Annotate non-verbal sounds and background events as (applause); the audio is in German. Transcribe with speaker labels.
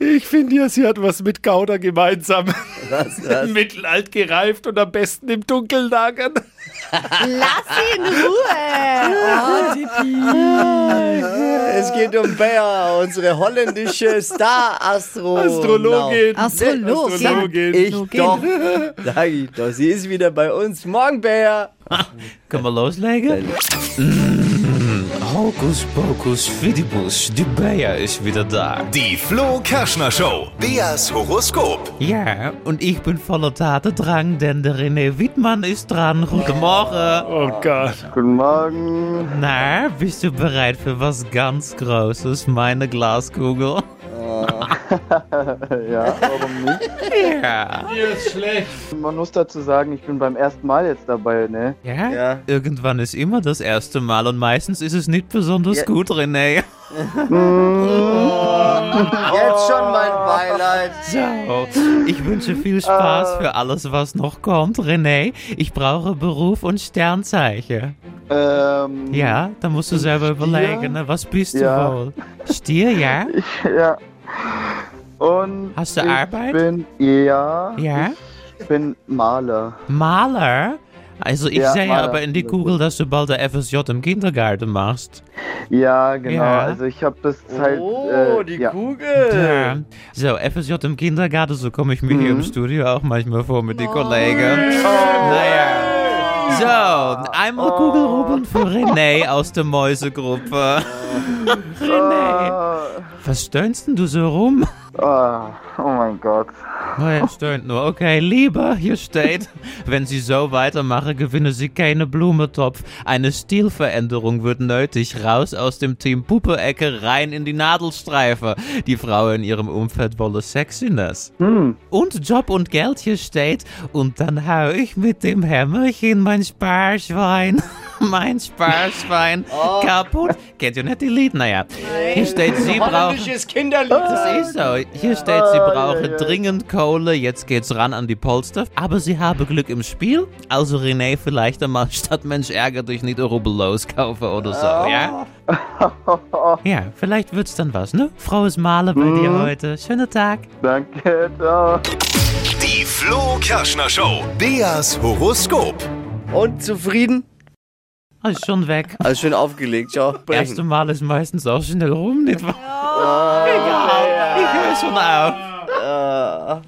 Speaker 1: Ich finde ja, sie hat was mit Gauder gemeinsam.
Speaker 2: Was,
Speaker 1: (laughs)
Speaker 2: was?
Speaker 1: Mittelalt gereift und am besten im Dunkeln lagern.
Speaker 3: Lass sie in Ruhe. Oh,
Speaker 2: Es geht um Bea, unsere holländische Star-Astro.
Speaker 1: Astrologin.
Speaker 3: Astrologin.
Speaker 1: Astrologin.
Speaker 2: Oh, Ich
Speaker 3: Astrologin.
Speaker 2: doch. Sag ich doch. Sie ist wieder bei uns. Morgen, Bea.
Speaker 4: Können wir loslegen? Mm. Hokus pokus fidibus, die Bayer ist wieder da.
Speaker 5: Die Flo Kerschner Show. Beas Horoskop.
Speaker 4: Ja, und ich bin voller Tatendrang, denn der René Wittmann ist dran. Guten Morgen.
Speaker 1: Oh Gott.
Speaker 6: Guten Morgen.
Speaker 4: Na, bist du bereit für was ganz Großes, meine Glaskugel?
Speaker 6: Ah. (laughs) Ja, warum nicht?
Speaker 4: Ja.
Speaker 6: Man muss dazu sagen, ich bin beim ersten Mal jetzt dabei, ne?
Speaker 4: Ja?
Speaker 2: Ja.
Speaker 4: Irgendwann ist immer das erste Mal und meistens ist es nicht besonders
Speaker 2: Ja.
Speaker 4: gut, René.
Speaker 2: Mhm. Jetzt schon mein Beileid.
Speaker 4: So, ich wünsche viel
Speaker 6: Ah.
Speaker 4: Spaß für alles, was noch kommt, René. Ich brauche Beruf und Sternzeichen.
Speaker 6: Ähm,
Speaker 4: Ja, da musst du selber überlegen, ne? was bist du
Speaker 6: Ja.
Speaker 4: wohl? Stier, ja?
Speaker 6: Ja. Und
Speaker 4: Hast du
Speaker 6: ich
Speaker 4: Arbeit?
Speaker 6: Bin, ja,
Speaker 4: Ja?
Speaker 6: ich bin Maler.
Speaker 4: Maler? Also ich
Speaker 6: Ja,
Speaker 4: sehe
Speaker 6: Maler.
Speaker 4: aber in die Kugel, dass du bald der FSJ im Kindergarten machst.
Speaker 6: Ja, genau.
Speaker 4: Ja.
Speaker 6: Also ich habe das halt.
Speaker 2: Oh,
Speaker 6: äh,
Speaker 2: die
Speaker 6: ja.
Speaker 2: Kugel.
Speaker 4: Ja. So, FSJ im Kindergarten, so komme ich mir hier im Studio auch manchmal vor mit den Kollegen. Naja. So, einmal Kugelrubbeln für René aus der Mäusegruppe. René,
Speaker 6: Ah,
Speaker 4: was stöhnst denn du so rum?
Speaker 6: ah, oh mein Gott.
Speaker 4: Naja, stöhnt nur. Okay, lieber, hier steht, wenn Sie so weitermachen, gewinnen Sie keine Blumentopf. Eine Stilveränderung wird nötig. Raus aus dem Team Puppe-Ecke, rein in die Nadelstreife. Die Frau in ihrem Umfeld wolle Sexiness. Und Job und Geld hier steht. Und dann hau ich mit dem Hämmerchen mein Sparschwein. (laughs) Mein Sparschwein kaputt. Kennt ihr nicht die Lied? Naja. Hier steht, Sie brauchen...
Speaker 2: Holländisches Kinderlied.
Speaker 4: Das ist eh so. Hier steht, sie brauchen dringend Kohle. Jetzt geht's ran an die Polster. Aber sie haben Glück im Spiel. Also René, vielleicht einmal (laughs) statt Mensch ärger dich nicht Rubbel loskaufen oder so, ja? Ja, vielleicht wird's dann was, ne? Frohes Male bei dir heute. Schönen Tag.
Speaker 6: Danke, ciao.
Speaker 5: Die Flo Kerschner Show. Beas Horoskop.
Speaker 2: Und zufrieden?
Speaker 4: Ah, Ist schon weg.
Speaker 2: Also schön aufgelegt. Ciao.
Speaker 4: Erste Mal ist meistens auch (laughs) schnell rum, nicht wahr? Egal. Ich höre schon auf.
Speaker 2: Ah.